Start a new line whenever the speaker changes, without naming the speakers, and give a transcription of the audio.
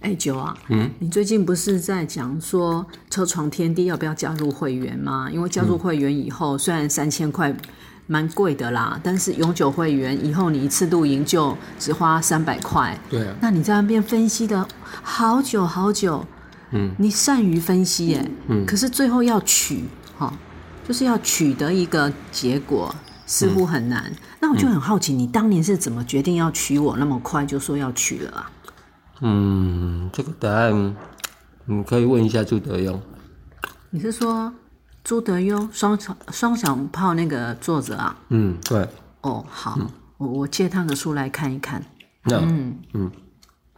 哎，九啊，嗯，你最近不是在讲说车床天地要不要加入会员吗？因为加入会员以后，虽然三千块蛮贵的啦，但是永久会员以后你一次露营就只花三百块。
对啊，
那你在那边分析的好久好久，嗯，你善于分析耶，嗯，可是最后要取哈、就是要取得一个结果，似乎很难。那我就很好奇，你当年是怎么决定要娶我那么快就说要娶了啊？
嗯，这个答案你可以问一下朱德庸。
你是说朱德庸双响双响炮那个作者啊？
嗯，对，
哦，好，我我借他的书来看一看。
那
嗯，